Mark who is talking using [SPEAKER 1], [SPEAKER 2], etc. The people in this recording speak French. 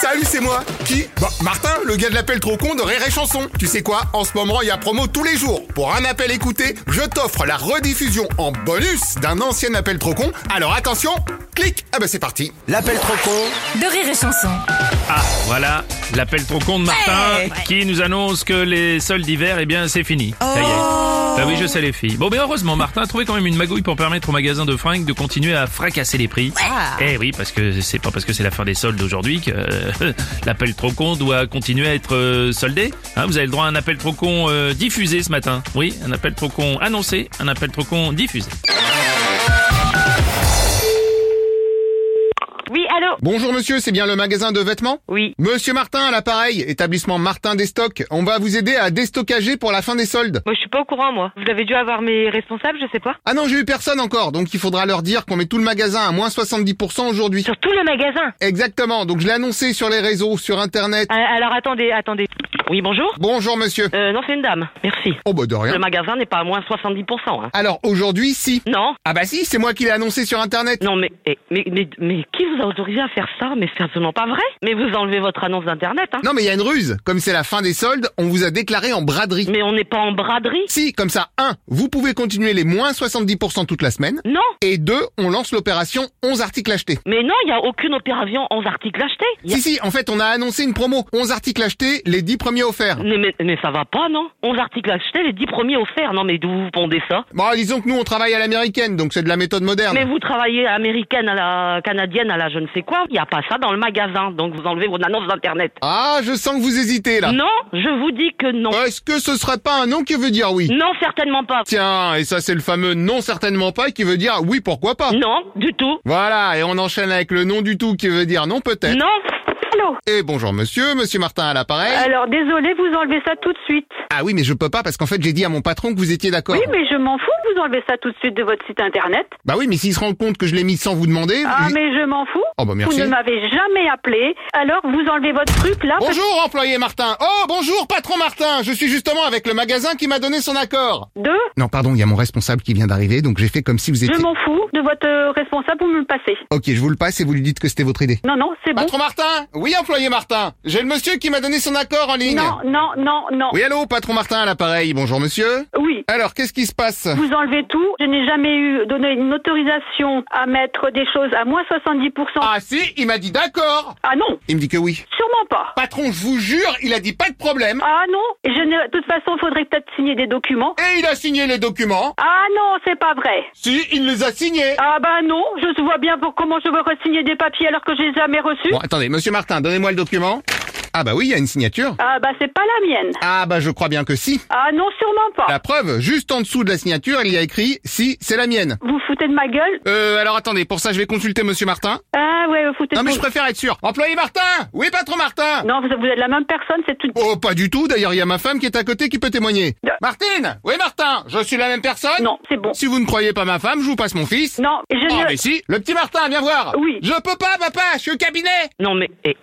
[SPEAKER 1] Salut, c'est moi. Qui Bah, Martin, le gars de l'appel trop con de Rire et Chanson. Tu sais quoi En ce moment, il y a promo tous les jours. Pour un appel écouté, je t'offre la rediffusion en bonus d'un ancien appel trop con. Alors attention, clique. Ah bah c'est parti.
[SPEAKER 2] L'appel trop con
[SPEAKER 3] de rire et chanson.
[SPEAKER 4] Ah, voilà, l'appel trop con de Martin
[SPEAKER 3] Hey
[SPEAKER 4] qui nous annonce que les soldes d'hiver, eh bien, c'est fini. Ça y est. Bah oui, je sais les filles. Bon, mais heureusement, Martin a trouvé quand même une magouille pour permettre aux magasins de fringues de continuer à fracasser les prix. Eh oui, parce que c'est pas parce que c'est la fin des soldes aujourd'hui que euh, l'appel trop con doit continuer à être euh, soldé. Hein, vous avez le droit à un appel trop con euh, diffusé ce matin. Oui, un appel trop con annoncé, un appel trop con diffusé.
[SPEAKER 5] Oui, allô
[SPEAKER 1] Bonjour monsieur, c'est bien le magasin de vêtements
[SPEAKER 5] Oui.
[SPEAKER 1] Monsieur Martin à l'appareil, établissement Martin Destock. On va vous aider à déstockager pour la fin des soldes.
[SPEAKER 5] Moi, je suis pas au courant, moi. Vous avez dû avoir mes responsables, je sais pas.
[SPEAKER 1] Ah non, j'ai eu personne encore, donc il faudra leur dire qu'on met tout le magasin à moins 70% aujourd'hui.
[SPEAKER 5] Sur tout le magasin.
[SPEAKER 1] Exactement, donc je l'ai annoncé sur les réseaux, sur internet.
[SPEAKER 5] Ah, Alors, attendez, attendez. Oui, bonjour
[SPEAKER 1] Bonjour monsieur.
[SPEAKER 5] Euh, non, c'est une dame. Merci.
[SPEAKER 1] Oh bah de rien.
[SPEAKER 5] Le magasin n'est pas à moins 70%, hein.
[SPEAKER 1] Alors aujourd'hui, si.
[SPEAKER 5] Non
[SPEAKER 1] Ah bah si, c'est moi qui l'ai annoncé sur internet.
[SPEAKER 5] non, mais, eh, mais, mais, mais qui vous a autorisé à faire ça Mais c'est absolument pas vrai. Mais vous enlevez votre annonce d'internet, hein.
[SPEAKER 1] Non mais il y a une ruse. Comme c'est la fin des soldes, on vous a déclaré en braderie.
[SPEAKER 5] Mais on n'est pas en braderie.
[SPEAKER 1] Si, comme ça, 1. Vous pouvez continuer les moins 70% toute la semaine.
[SPEAKER 5] Non
[SPEAKER 1] Et 2. On lance l'opération 11 articles achetés.
[SPEAKER 5] Mais non, il n'y a aucune opération 11 articles achetés. Y a-
[SPEAKER 1] Si, si, en fait, on a annoncé une promo. 11 articles achetés, les 10 premiers offerts.
[SPEAKER 5] Mais, mais, mais ça va pas, non 11 articles achetés, les 10 premiers offerts. Non, mais d'où vous pondez ça
[SPEAKER 1] Bon, disons que nous, on travaille à l'américaine, donc c'est de la méthode moderne.
[SPEAKER 5] Mais vous travaillez américaine à la canadienne à la je ne sais quoi, il n'y a pas ça dans le magasin, donc vous enlevez vos annonces d'internet.
[SPEAKER 1] Ah, je sens que vous hésitez, là.
[SPEAKER 5] Non, je vous dis que non.
[SPEAKER 1] Est-ce que ce serait pas un non qui veut dire oui
[SPEAKER 5] Non, certainement pas.
[SPEAKER 1] Euh. Tiens, et ça, c'est le fameux non certainement pas qui veut dire oui, pourquoi pas.
[SPEAKER 5] Non, du tout.
[SPEAKER 1] Voilà, et on enchaîne avec le non du tout qui veut dire non peut-être.
[SPEAKER 5] Non.
[SPEAKER 6] Allô
[SPEAKER 1] Et bonjour monsieur, monsieur Martin à l'appareil.
[SPEAKER 6] Alors désolé, vous enlevez ça tout de suite.
[SPEAKER 1] Ah oui, mais je peux pas parce qu'en fait j'ai dit à mon patron que vous étiez d'accord.
[SPEAKER 6] Oui, mais je m'en fous que vous enlevez ça tout de suite de votre site internet.
[SPEAKER 1] Bah oui, mais s'il se rend compte que je l'ai mis sans vous demander.
[SPEAKER 6] Ah,
[SPEAKER 1] j'ai-
[SPEAKER 6] mais je m'en fous.
[SPEAKER 1] Oh, bah, merci.
[SPEAKER 6] Vous ne m'avez jamais appelé. Alors vous enlevez votre truc là. parce-
[SPEAKER 1] Bonjour employé Martin. Oh bonjour patron Martin. Je suis justement avec le magasin qui m'a donné son accord.
[SPEAKER 6] Deux,
[SPEAKER 1] Non pardon, il y a mon responsable qui vient d'arriver, donc j'ai fait comme si vous étiez.
[SPEAKER 6] je m'en fous de votre euh, responsable, vous me le passez.
[SPEAKER 1] Ok, je vous le passe et vous lui dites que c'était votre idée.
[SPEAKER 6] Non, non, c'est bon.
[SPEAKER 1] Patron Martin. Oui employé Martin. J'ai le monsieur qui m'a donné son accord en ligne.
[SPEAKER 6] Non, non, non, non.
[SPEAKER 1] Oui allô patron Martin à l'appareil. Bonjour monsieur.
[SPEAKER 6] Oui.
[SPEAKER 1] Alors qu'est-ce qui se passe
[SPEAKER 6] Vous enlevez tout. Je n'ai jamais eu donné une autorisation à mettre des choses à moins 70%. Ah,
[SPEAKER 1] Ah si, il m'a dit d'accord.
[SPEAKER 6] non,
[SPEAKER 1] Il me dit que oui.
[SPEAKER 6] sûrement pas.
[SPEAKER 1] Patron, je vous jure, il a dit pas de problème.
[SPEAKER 6] Ah non, je ne... de toute façon, il faudrait peut-être signer des documents.
[SPEAKER 1] Et il a signé les documents.
[SPEAKER 6] Ah non, c'est pas vrai.
[SPEAKER 1] Si, il les a signés.
[SPEAKER 6] Ah bah non, je vois bien pour comment je veux resigner des papiers alors que je les ai jamais reçus.
[SPEAKER 1] Bon, attendez, monsieur Martin, donnez-moi le document. Ah bah oui, il y a une signature.
[SPEAKER 6] Ah bah c'est pas la mienne.
[SPEAKER 1] Ah bah je crois bien que si.
[SPEAKER 6] Ah non, sûrement pas.
[SPEAKER 1] La preuve, juste en dessous de la signature, il y a écrit si, c'est la mienne.
[SPEAKER 6] Vous foutez de ma gueule
[SPEAKER 1] Euh, alors attendez, pour ça je vais consulter monsieur Martin.
[SPEAKER 6] Ah ouais, vous foutez
[SPEAKER 1] Non
[SPEAKER 6] de
[SPEAKER 1] mais
[SPEAKER 6] ma
[SPEAKER 1] je préfère être sûr. Employé Martin Oui, patron Martin
[SPEAKER 6] Non, vous, vous êtes la même personne, c'est tout.
[SPEAKER 1] Oh, pas du tout, d'ailleurs il y a ma femme qui est à côté qui peut témoigner.
[SPEAKER 6] De-
[SPEAKER 1] Martine Oui Martin, je suis la même personne
[SPEAKER 6] Non, c'est bon.
[SPEAKER 1] Si vous ne croyez pas ma femme, je vous passe mon fils.
[SPEAKER 6] Non, je
[SPEAKER 1] Oh,
[SPEAKER 6] ne...
[SPEAKER 1] mais si Le petit Martin, viens voir
[SPEAKER 6] Oui.
[SPEAKER 5] eh,
[SPEAKER 1] Je peux pas, papa, je suis au cabinet
[SPEAKER 5] Non, mais. eh.